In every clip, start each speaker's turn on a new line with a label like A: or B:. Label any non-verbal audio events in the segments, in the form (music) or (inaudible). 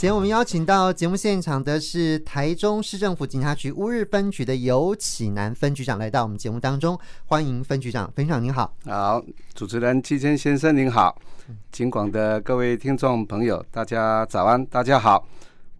A: 今天我们邀请到节目现场的是台中市政府警察局乌日分局的尤启南分局长来到我们节目当中，欢迎分局长。分局长您好，
B: 好，主持人季谦先生您好，金广的各位听众朋友，大家早安，大家好，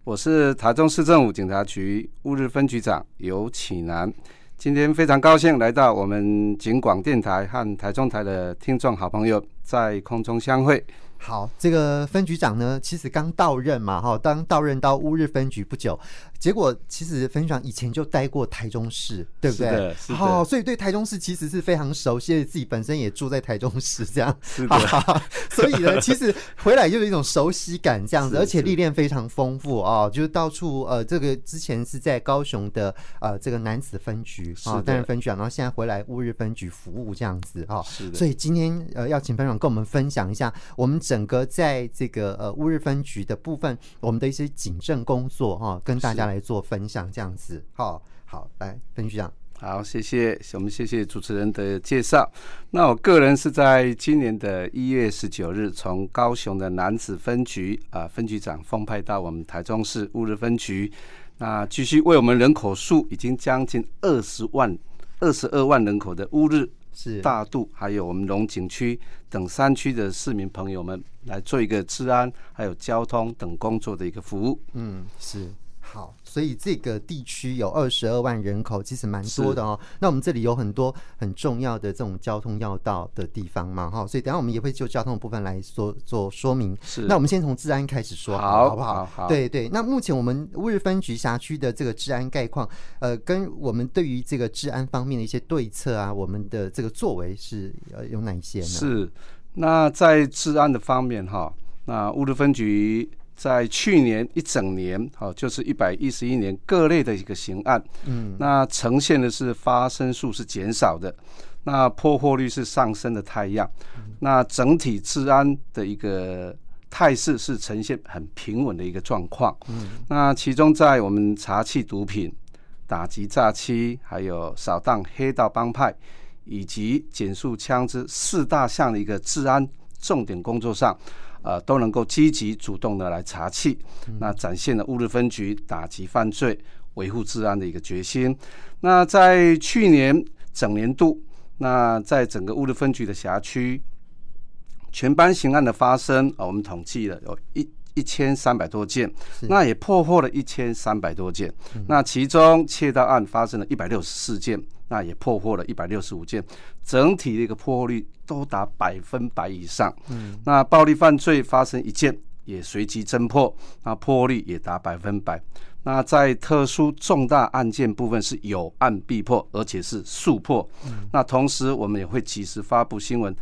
B: 我是台中市政府警察局乌日分局长尤启南。今天非常高兴来到我们警广电台和台中台的听众好朋友在空中相会。
A: 好，这个分局长呢，其实刚到任嘛，哈，刚到任到乌日分局不久，结果其实分局长以前就待过台中市，对不
B: 是的
A: 对？
B: 是的
A: 好，所以对台中市其实是非常熟悉，自己本身也住在台中市，这样， (laughs)
B: 是的，
A: 好，所以呢，其实回来就有一种熟悉感这样子，
B: 是
A: 而且
B: 是
A: 历练非常丰富哦，就是到处呃，这个之前是在高雄的呃这个男子分局
B: 是
A: 啊
B: 的
A: 担任分局长，然后现在回来乌日分局服务这样子哈、哦。
B: 是的
A: 所以今天呃要请分长跟我们分享一下我们整个在这个呃乌日分局的部分，我们的一些警政工作哈、哦，跟大家来做分享这样子。好、好，来分局长，
B: 好，谢谢，我们谢谢主持人的介绍。那我个人是在今年的一月十九日，从高雄的南子分局啊、分局长奉派到我们台中市乌日分局，那继续为我们人口数已经将近二十万、二十二万人口的乌日
A: 是
B: 大肚，还有我们龙井区等山区的市民朋友们来做一个治安、还有交通等工作的一个服务。
A: 嗯，是。好，所以这个地区有二十二万人口，其实蛮多的哦。那我们这里有很多很重要的这种交通要道的地方嘛，哈，所以等一下我们也会就交通的部分来做做说明。
B: 是
A: 那我们先从治安开始说好了，
B: 好
A: 好不
B: 好好
A: 对对。那目前我们乌日分局辖区的这个治安概况，呃，跟我们对于这个治安方面的一些对策啊，我们的这个作为是呃有哪一些呢？
B: 是，那在治安的方面哈，那乌日分局在去年一整年，好，就是一百一十一年各类的一个刑案，
A: 嗯，
B: 那呈现的是发生数是减少的，那破获率是上升的太阳，那整体治安的一个。态势是呈现很平稳的一个状况。嗯，那其中在我们查缉毒品、打击诈欺，还有扫荡黑道帮派，以及减速枪支四大项的一个治安重点工作上，呃，都能够积极主动的来查气，那展现了乌日分局打击犯罪、维护治安的一个决心。那在去年整年度，那在整个乌日分局的辖区，全班刑案的发生，啊、我们统计了有一一千三百多件，
A: 是
B: 那也破获了一千三百多件。那其中窃盗案发生了一百六十四件，那也破获了一百六十五件，整体的一个破获率都达百分百以上。嗯，那暴力犯罪发生一件，也随即侦破，那破获率也达百分百。那在特殊重大案件部分是有案必破，而且是速破。那同时，我们也会及时发布新闻，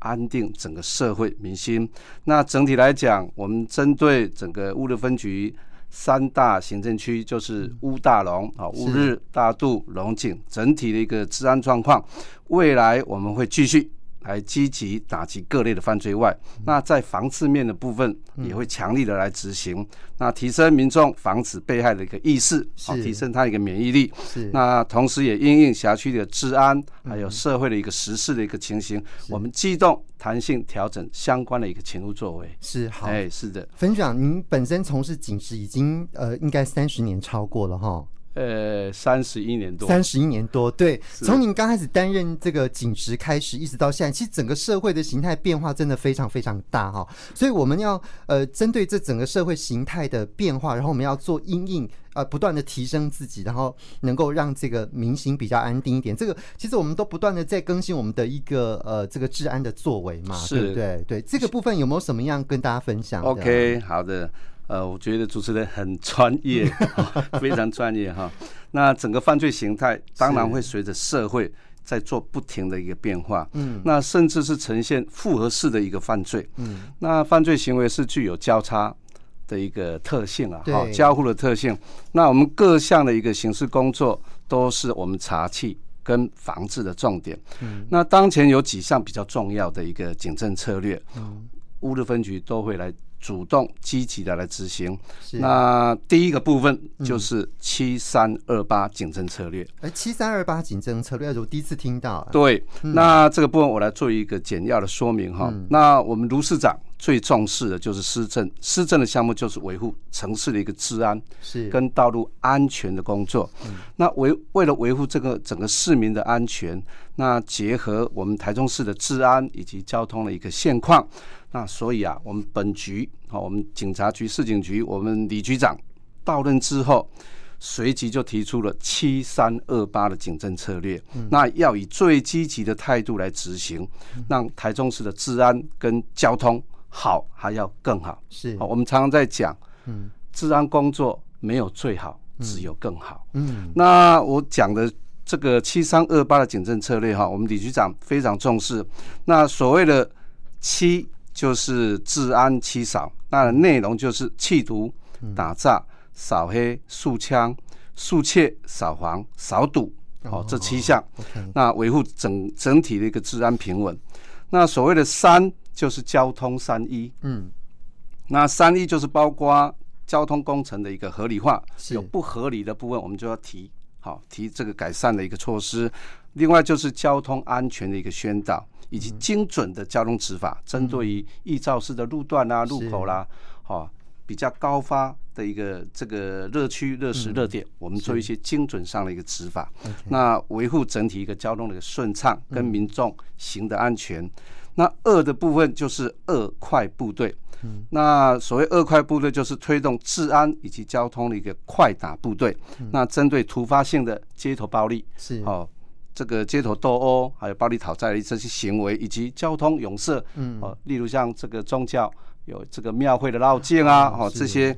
B: 安定整个社会民心。那整体来讲，我们针对整个乌日分局三大行政区，就是
A: 嗯
B: 乌大龙啊、乌日、大肚、龙井，整体的一个治安状况，未来我们会继续。来积极打击各类的犯罪外，
A: 嗯
B: 那在防治面的部分也会强力的来执行，那提升民众防止被害的一个意识，好
A: 是
B: 提升他的一个免疫力。
A: 是嗯
B: 那同时也因应辖区的治安，还有社会的一个时事的一个情形，我们机动弹性调整相关的一个勤务作为。
A: 是好。
B: 哎，是的，
A: 分局长，您本身从事警职已经呃，应该三十年超过了哈。
B: 呃，三十一年多，
A: 三十一年多，对，从您刚开始担任这个警职开始，一直到现在，其实整个社会的形态变化真的非常非常大哈、所以我们要呃，针对这整个社会形态的变化，然后我们要做因应。呃，不断的提升自己，然后能够让这个民心比较安定一点。这个其实我们都不断的在更新我们的一个呃这个治安的作为嘛，
B: 是
A: 对不对？对这个部分有没有什么样跟大家分享的
B: OK，好的，呃，我觉得主持人很专业，哈非常专业哈。那整个犯罪形态当然会随着社会在做不停的一个变化，嗯，那甚至是呈现复合式的一个犯罪，嗯，那犯罪行为是具有交叉。的一个特性啊，哈，
A: 对
B: 交互的特性。那我们各项的一个刑事工作都是我们查气跟防治的重点。那当前有几项比较重要的一个警政策略，乌日分局都会来主动积极的来执行。
A: 是
B: 那第一个部分就是七三二八警政策略。
A: 而哎七三二八警政策略，我第一次听到啊，
B: 对，那这个部分我来做一个简要的说明哈。那我们卢市长最重视的就是施政，施政的项目就是维护城市的一个治安
A: 是
B: 跟道路安全的工作。那维为了维护这个整个市民的安全，那结合我们台中市的治安以及交通的一个现况，那所以啊，我们本局啊，我们警察局、市警局，我们李局长到任之后。随即就提出了七三二八的警政策略，那要以最积极的态度来执行，让台中市的治安跟交通好，还要更好。
A: 是
B: 好，我们常常在讲，
A: 嗯
B: 治安工作没有最好，只有更好。
A: 嗯
B: 那我讲的这个七三二八的警政策略哈，我们李局长非常重视。那所谓的七就是治安七扫，那内容就是弃毒、
A: 嗯
B: 打诈、扫黑、肃枪、肃窃、扫黄、扫赌，哦，这七项。
A: ，OK，
B: 那维护整整体的一个治安平稳。那所谓的三就是交通三一，
A: 嗯
B: 那三一就是包括交通工程的一个合理化，
A: 是
B: 有不合理的部分，我们就要提好提这个改善的一个措施。另外就是交通安全的一个宣导，以
A: 嗯
B: 及精准的交通执法，针对于易肇事的路段啦、路口啦，好、比较高发的一个这个热区、热时、热点，我们做一些精准上的一个执法。那维护整体一个交通的一个顺畅跟民众行的安全。那二的部分就是二快部队。那所谓二快部队，就是推动治安以及交通的一个快打部队。那针对突发性的街头暴力，
A: 是
B: 哦，这个街头斗殴，还有暴力讨债的这些行为，以及交通拥塞，
A: 嗯
B: 哦，例如像这个宗教有这个庙会的绕境啊，
A: 嗯
B: 哦，这些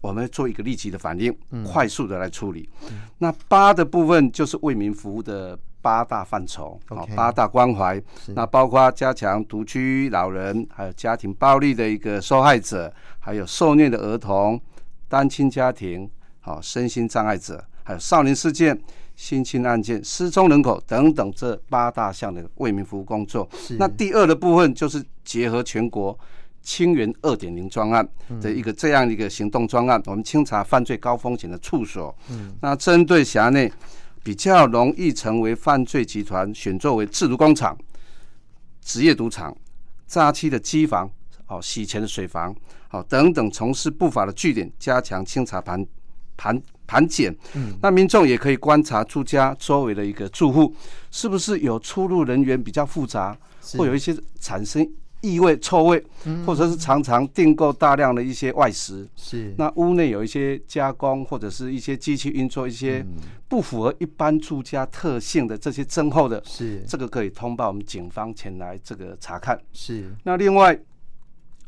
B: 我们做一个立即的反应，快速的来处理。
A: 嗯
B: 那八的部分就是为民服务的。八大范畴，哦
A: OK，
B: 八大关怀，那包括加强独居老人，还有家庭暴力的一个受害者，还有受虐的儿童，单亲家庭，好、身心障碍者，还有少年事件、性侵案件、失踪人口等等这八大项的为民服务工作。
A: 是
B: 那第二的部分就是结合全国清源二点零专案的一个这样一个行动专案，我们清查犯罪高风险的处所。嗯，那针对辖内比较容易成为犯罪集团选作为制毒工厂、职业赌场、诈欺的机房、哦洗钱的水房、哦等等从事不法的据点，加强清查盘盘盘检。嗯，那民众也可以观察住家周围的一个住户是不是有出入人员比较复杂，
A: 是嗯
B: 会有一些产生异味、臭味，或者是常常订购大量的一些外食。
A: 是
B: 那屋内有一些加工或者是一些机器运作一些
A: 嗯
B: 不符合一般住家特性的这些增厚的，
A: 是
B: 这个可以通报我们警方前来这个查看。
A: 是
B: 那另外，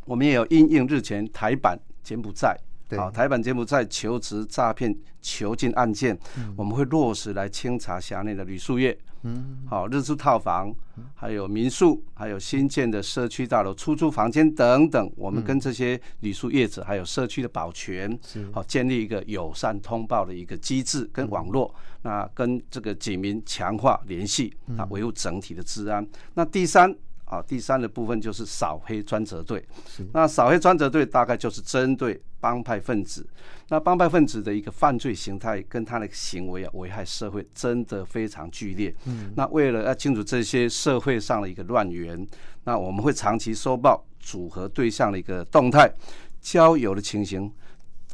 B: 我们也有应应日前台版柬埔寨。
A: 对
B: 好，台版柬埔寨求职诈骗囚禁案件，
A: 嗯
B: 我们会落实来清查辖内的旅宿业，嗯，好，日租套房，
A: 嗯
B: 还有民宿，还有新建的社区大楼出租房间等等，我
A: 嗯
B: 们跟这些旅宿业者还有社区的保全，
A: 是
B: 好，建立一个友善通报的一个机制跟网络，
A: 嗯
B: 那跟这个警民强化联系，啊，维护整体的治安。那第三啊，第三的部分就是扫黑专责队
A: 是。
B: 那扫黑专责队大概就是针对帮派分子，那帮派分子的一个犯罪形态跟他的行为啊，危害社会真的非常剧烈。嗯，那为了要清楚这些社会上的一个乱源，那我们会长期收报组合对象的一个动态、交友的情形。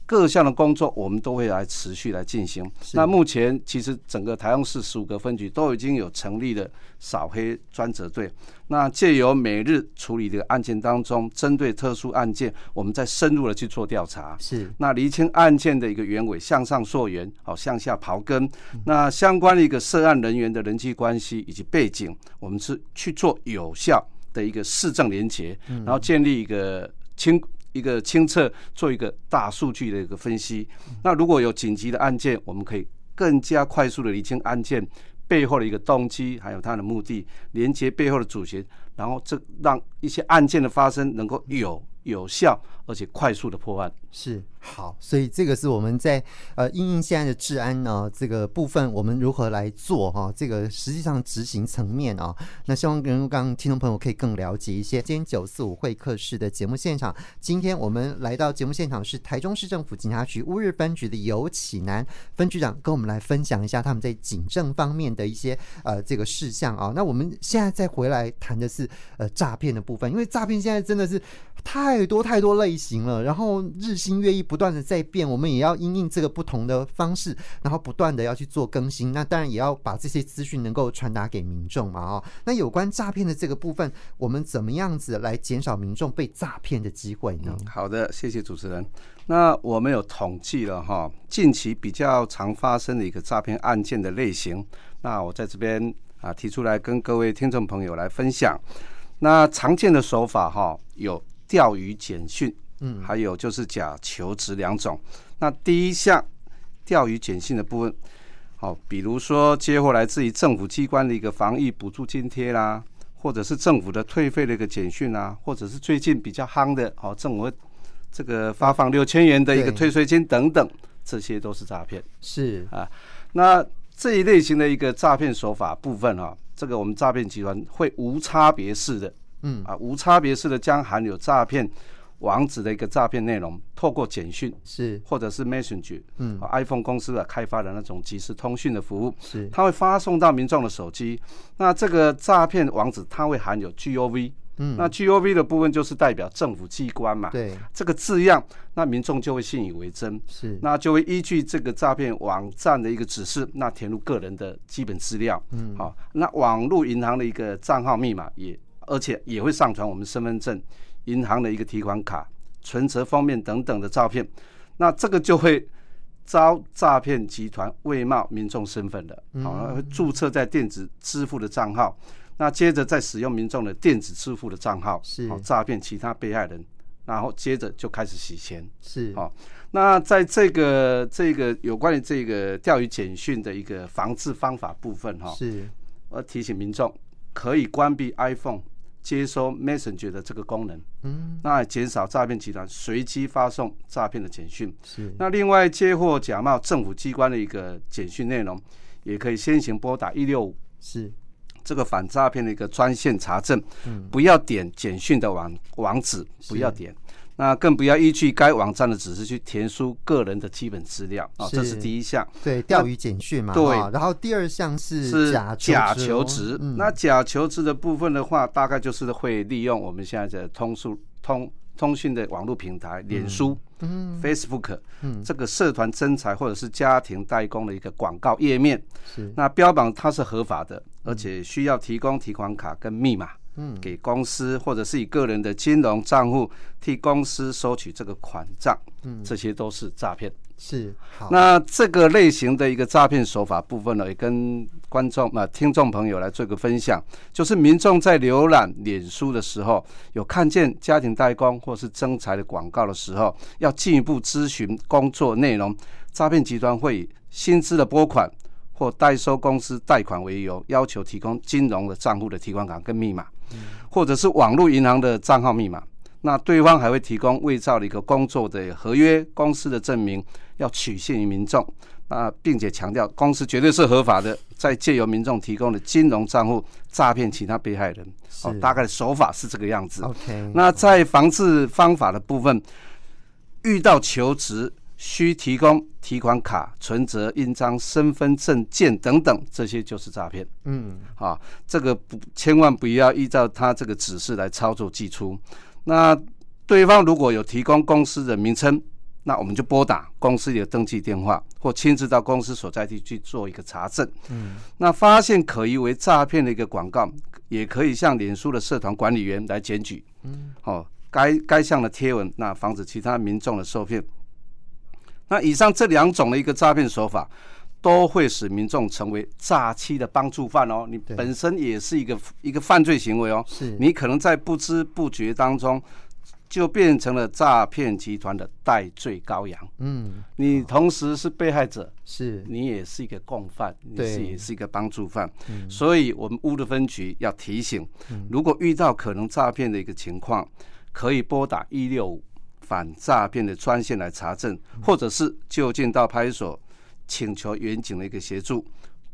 B: 各项的工作，我们都会来持续来进行。那目前其实整个台中市十五个分局都已经有成立了扫黑专责队。那借由每日处理的案件当中，针对特殊案件，我们再深入的去做调查。
A: 是
B: 那厘清案件的一个原委，向上溯源，好、向下刨根。那相关的一个涉案人员的人际关系以及背景，我们是去做有效的一个市政连结，然后建立一个清一个清册，做一个大数据的一个分析。那如果有紧急的案件，我们可以更加快速的厘清案件背后的一个动机，还有它的目的，连接背后的主角，然后这让一些案件的发生能够有有效而且快速的破案。
A: 是好，所以这个是我们在呃应应现在的治安呢、呃、这个部分，我们如何来做哈、哦？这个实际上执行层面啊、哦，那希望能够让听众朋友可以更了解一些。今天九四五会客室的节目现场，今天我们来到节目现场是台中市政府警察局乌日分局的尤启南分局长，跟我们来分享一下他们在警政方面的一些呃这个事项啊、哦。那我们现在再回来谈的是呃诈骗的部分，因为诈骗现在真的是太多太多类型了，然后日。新月异不断的在变，我们也要因应这个不同的方式，然后不断的要去做更新。那当然也要把这些资讯能够传达给民众嘛，哦。那有关诈骗的这个部分，我们怎么样子来减少民众被诈骗的机会呢？
B: 好的，谢谢主持人。那我们有统计了哈，近期比较常发生的一个诈骗案件的类型，那我在这边啊提出来跟各位听众朋友来分享。那常见的手法哈，有钓鱼简讯。嗯，还有就是假求职两种。那第一项钓鱼简讯的部分，好、哦，比如说接获来自于政府机关的一个防疫补助津贴啦，或者是政府的退费的一个简讯啊，或者是最近比较夯的，哦，政府这个发放六千元的一个退税金等等，这些都是诈骗。
A: 是
B: 啊，那这一类型的一个诈骗手法部分啊，这个我们诈骗集团会无差别式的，嗯啊，无差别式的将含有诈骗。网址的一个诈骗内容，透过简讯
A: 是，
B: 或者是 Messenger，嗯、啊、，iPhone 公司的开发的那种即时通讯的服务，
A: 是，
B: 它会发送到民众的手机。那这个诈骗网址它会含有 GOV，嗯，那 GOV 的部分就是代表政府机关嘛，
A: 对，
B: 这个字样，那民众就会信以为真，
A: 是，
B: 那就会依据这个诈骗网站的一个指示，那填入个人的基本资料，嗯，好、啊，那网络银行的一个账号密码也，而且也会上传我们身份证。银行的一个提款卡、存折方面等等的照片，那这个就会遭诈骗集团伪冒民众身份的，好、嗯，注册在电子支付的账号，那接着再使用民众的电子支付的账号，哦
A: 是
B: 诈骗其他被害人，然后接着就开始洗钱，
A: 是
B: 好、哦。那在这个这个有关于这个钓鱼简讯的一个防治方法部分哈、哦，
A: 是，
B: 我提醒民众可以关闭 iPhone。接收 Messenger 的这个功能，嗯，那减少诈骗集团随机发送诈骗的简讯。
A: 是，
B: 那另外接获假冒政府机关的一个简讯内容，也可以先行拨打一六五，
A: 是
B: 这个反诈骗的一个专线查证。嗯，不要点简讯的网网址，不要点，那更不要依据该网站的指示去填输个人的基本资料啊、哦。这是第一项，
A: 对钓鱼简讯嘛。
B: 对、
A: 哦，然后第二项是
B: 是
A: 假嗯
B: 假
A: 求哦
B: 求职，那假求职的部分的话，大概就是会利用我们现在的通讯通通讯的网络平台，脸书、
A: 嗯
B: Facebook、
A: 嗯
B: 这个社团征才或者是家庭代工的一个广告页面，
A: 是
B: 那标榜它是合法的，而且需要提供提款卡跟密码，
A: 嗯
B: 给公司或者是以个人的金融账户替公司收取这个款账，
A: 嗯
B: 这些都是诈骗。
A: 是好
B: 那这个类型的一个诈骗手法部分呢，也跟观众啊、听众朋友来做一个分享，就是民众在浏览脸书的时候，有看见家庭代工或是征才的广告的时候，要进一步咨询工作内容，诈骗集团会以薪资的拨款或代收公司贷款为由，要求提供金融的账户的提款卡跟密码，或者是网络银行的账号密码。那对方还会提供伪造的一个工作的合约、公司的证明，要取信于民众。那并且强调，公司绝对是合法的，再借由民众提供的金融账户诈骗其他被害人。哦
A: 是，
B: 大概的手法是这个样子。
A: OK
B: 那在防治方法的部分，遇到求职需提供提款卡、存折、印章、身份证件等等，这些就是诈骗。
A: 嗯
B: 啊，这个不千万不要依照他这个指示来操作寄出。那对方如果有提供公司的名称，那我们就拨打公司的登记电话，或亲自到公司所在地去做一个查证。
A: 嗯
B: 那发现可疑为诈骗的一个广告，也可以向脸书的社团管理员来检举。
A: 嗯，
B: 哦，该该项的贴文，那防止其他民众的受骗。那以上这两种的一个诈骗手法，都会使民众成为诈欺的帮助犯哦。你
A: 对
B: 本身也是一个一个犯罪行为哦，
A: 是
B: 你可能在不知不觉当中就变成了诈骗集团的代罪羔羊。
A: 嗯
B: 你同时是被害者，
A: 是
B: 你也是一个共犯，你
A: 对
B: 是也是一个帮助犯，所以我们乌的分局要提醒，如果遇到可能诈骗的一个情况，可以拨打一六五反诈骗的专线来查证，或者是就近到派出所请求远警的一个协助，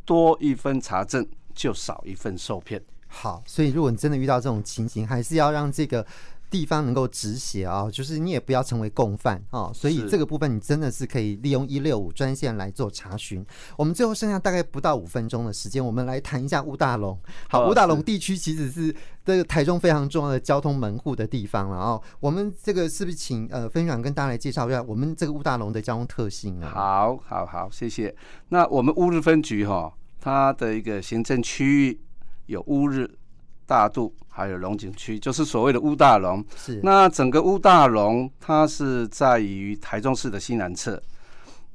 B: 多一分查证就少一份受骗。
A: 好，所以如果你真的遇到这种情形，还是要让这个地方能够止血啊、就是你也不要成为共犯啊、所以
B: 是
A: 这个部分你真的是可以利用一六五专线来做查询。我们最后剩下大概不到五分钟的时间，我们来谈一下乌大龙。好，
B: 哦
A: 乌大龙地区其实是这个台中非常重要的交通门户的地方了啊、我们这个是不是请呃分享跟大家来介绍一下我们这个乌大龙的交通特性啊？
B: 好，好，好，谢谢。那我们乌日分局哈、它的一个行政区域有乌日、大肚，还有龙井区，就是所谓的乌大龙。
A: 是
B: 那整个乌大龙，它是在于台中市的西南侧，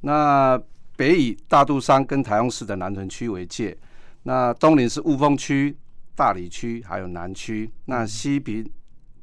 B: 那北以大肚山跟台中市的南屯区为界，那东临是雾峰区、大理区还有南区，那西比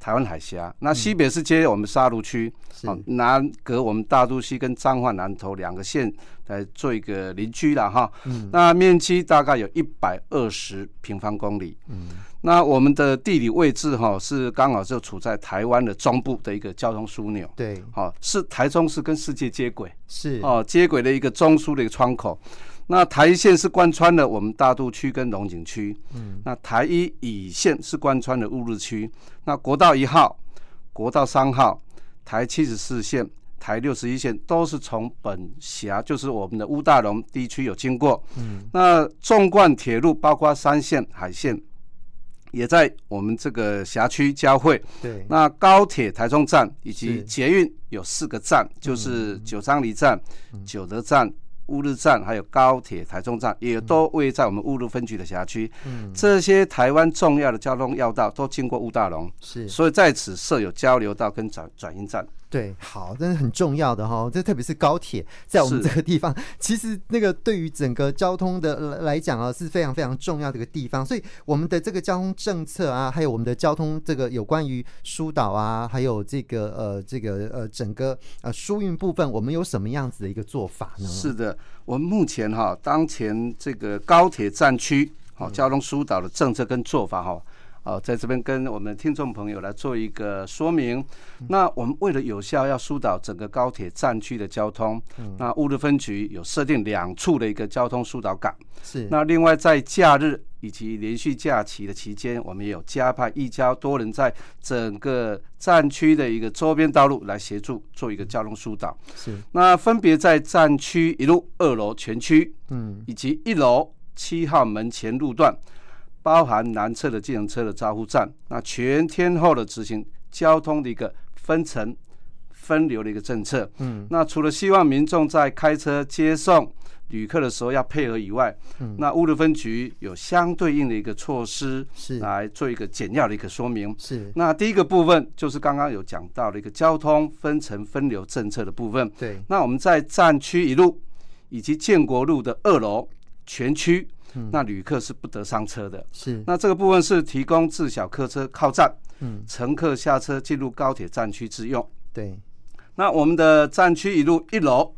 B: 台湾海峡，那西北是接我们沙鹿区，
A: 嗯是
B: 哦，南隔我们大肚溪跟彰化南投两个县来做一个邻居了哈。
A: 嗯
B: 那面积大概有一百二十平方公里。
A: 嗯
B: 那我们的地理位置哈、是刚好就处在台湾的中部的一个交通枢纽，
A: 对
B: 好、是台中市跟世界接轨
A: 是
B: 哦，接轨的一个中枢的一个窗口。那台一线是贯穿了我们大肚区跟龙井区，
A: 嗯
B: 那台一乙线是贯穿了乌日区，那国道一号、国道三号、台七十四线、台六十一线都是从本辖，就是我们的乌大龙地区有经过。
A: 嗯
B: 那纵贯铁路包括山线、海线，也在我们这个辖区交汇。
A: 对
B: 那高铁台中站以及
A: 是嗯
B: 捷运有四个站，就是九张犁站、九德站、乌日站，还有高铁台中站，也都位在我们乌日分局的辖区。
A: 嗯
B: 这些台湾重要的交通要道都经过乌大龙，
A: 是
B: 所以在此设有交流道跟转转运站。
A: 对，好，真的很重要的哈、这特别是高铁，在我们
B: 是
A: 这个地方，其实那个对于整个交通的来来讲啊，是非常非常重要的一个地方。所以我们的这个交通政策啊，还有我们的交通这个有关于疏导啊，还有这个呃这个呃整个呃疏运部分，我们有什么样子的一个做法呢？
B: 是的，我们目前哈、当前这个高铁站区好、交通疏导的政策跟做法哈、哦，在这边跟我们的听众朋友来做一个说明。那我们为了有效要疏导整个高铁站区的交通，那乌日分局有设定两处的一个交通疏导岗。
A: 是
B: 那另外在假日以及连续假期的期间，我们也有加派一家多人在整个站区的一个周边道路来协助做一个交通疏导。
A: 是
B: 那分别在站区一路二楼全区
A: 嗯
B: 以及一楼七号门前路段，包含南侧的计程车的招呼站，那全天候的执行交通的一个分层分流的一个政策。
A: 嗯
B: 那除了希望民众在开车接送旅客的时候要配合以外，
A: 嗯
B: 那乌鲁分局有相对应的一个措施
A: 是
B: 来做一个简要的一个说明。
A: 是
B: 那第一个部分就是刚刚有讲到的一个交通分层分流政策的部分。
A: 对
B: 那我们在站区一路以及建国路的二楼全区，
A: 嗯
B: 那旅客是不得上车的。
A: 是
B: 那这个部分是提供自小客车靠站，
A: 嗯
B: 乘客下车进入高铁站区之用。
A: 对
B: 那我们的站区一路一楼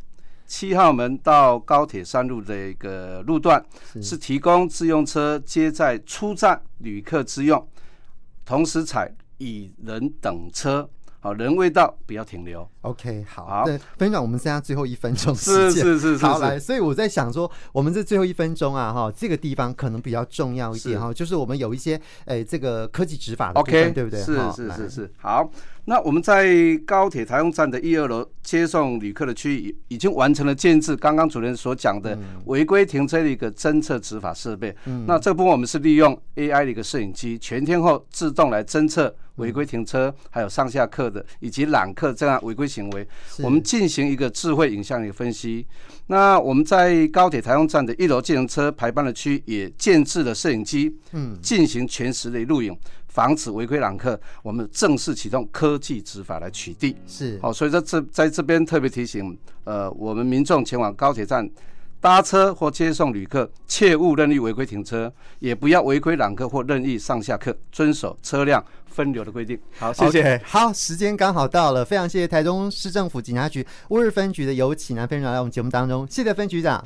B: 七号门到高铁三路的一个路段
A: 是
B: 是提供自用车接载出站旅客之用，同时采以人等车，好人未到不要停留。
A: OK 好，
B: 好
A: 对，分享我们剩下最后一分钟时
B: 是
A: 间。
B: 是是是
A: 好
B: 是
A: 来，。所以我在想说，我们这最后一分钟啊，哈，这个地方可能比较重要一点
B: 是
A: 哈，就是我们有一些诶、这个科技执法的部
B: OK，
A: 分对不对？
B: 是
A: 哈
B: 是
A: 来
B: 是是，好。那我们在高铁台中站的一二楼接送旅客的区域已已经完成了建制，刚刚主任所讲
A: 嗯
B: 的违规停车的一个侦测执法设备。那这部分我们是利用 AI 的一个摄影机，全天候自动来侦
A: 嗯
B: 测违规停车，还有上下客的以及揽客这样违规行为。
A: 是
B: 我们进行一个智慧影像的一个分析。那我们在高铁台中站的一楼计程车排班的区也建置了摄影机，
A: 嗯，
B: 进行全时的录影，防止违规揽客。我们正式启动科技执法来取缔。
A: 是
B: 好、所以在这在这边特别提醒，呃，我们民众前往高铁站搭车或接送旅客，切勿任意违规停车，也不要违规揽客或任意上下客，遵守车辆分流的规定。好，谢谢。
A: OK，好，时间刚好到了，非常谢谢台中市政府警察局乌日分局的尤启南分局长来我们节目当中，谢谢分局长。